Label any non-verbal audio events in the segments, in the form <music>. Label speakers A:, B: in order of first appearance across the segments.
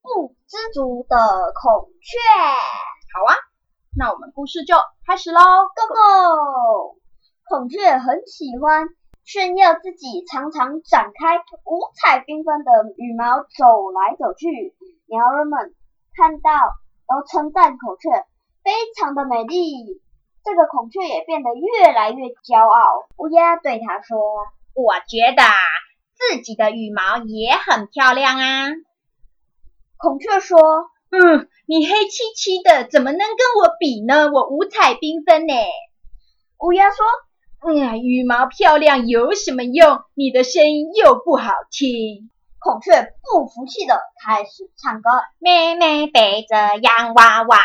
A: 不知足的孔雀。
B: 好啊，那我们故事就开始喽。
A: Go go！孔雀很喜欢炫耀自己常常展开五彩缤纷的羽毛走来走去，鸟儿们看到都称赞孔雀非常的美丽。这个孔雀也变得越来越骄傲。乌鸦对它说
C: 我觉得自己的羽毛也很漂亮啊。：“
A: 孔雀说，
C: 嗯，你黑漆漆的，怎么能跟我比呢？我五彩缤纷呢。
A: 乌鸦说，
C: 嗯，羽毛漂亮有什么用？你的声音又不好听。
A: 孔雀不服气的开始唱歌。
C: 妹妹背着洋娃娃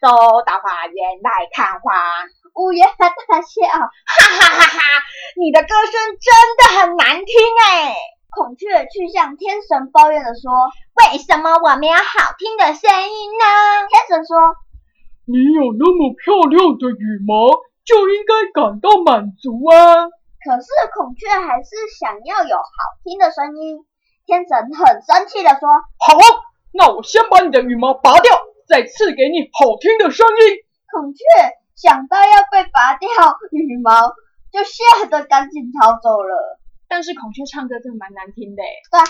C: 走到花园来看花，哈
A: 乌鸦大笑，
C: 哈哈哈！你的歌声真的很难听哎。
A: 孔雀去向天神抱怨的说，
C: 为什么我没有好听的声音呢？
A: 天神说，
D: 你有那么漂亮的羽毛，就应该感到满足啊！
A: 可是孔雀还是想要有好听的声音。天神很生气的说，
D: 好，啊那我先把你的羽毛拔掉，再赐给你好听的声音。
A: 孔雀想到要被拔掉羽毛，就吓得赶紧逃走了。
B: 但是孔雀唱歌真的蛮难听的诶
A: 对啊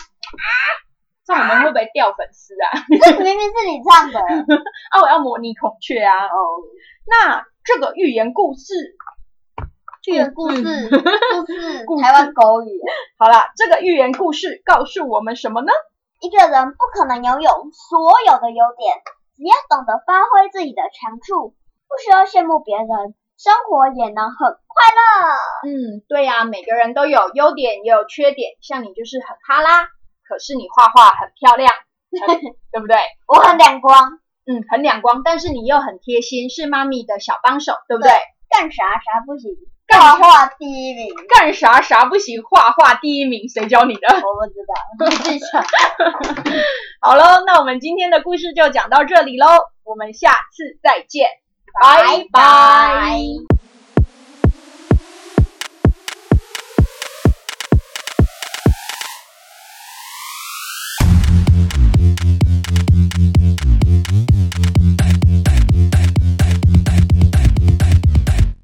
B: 这样我们会不会掉粉丝啊？ <laughs>
A: 这明明是你唱的
B: 啊，我要模拟孔雀啊。
A: 哦。
B: 那这个寓言故事，
A: 寓言故事，故事，
B: 故事
A: 台湾狗语。
B: 好啦，这个寓言故事告诉我们什么呢？
A: 一个人不可能拥有所有的优点，只要懂得发挥自己的长处，不需要羡慕别人，生活也能很快乐。
B: 嗯，对呀、每个人都有优点也有缺点，像你就是很哈啦，可是你画画很漂 <laughs> 亮，很对不对？
A: 我很亮光，
B: 嗯，很两光，但是你又很贴心，是妈咪的小帮手，对不对？
A: 干啥啥不行，
B: 干
A: 画 <laughs> 画第一名。
B: 干啥啥不行，画画第一名，谁教你的？
A: 我不知道，你自己想。
B: 好喽，那我们今天的故事就讲到这里喽，我们下次再见，拜拜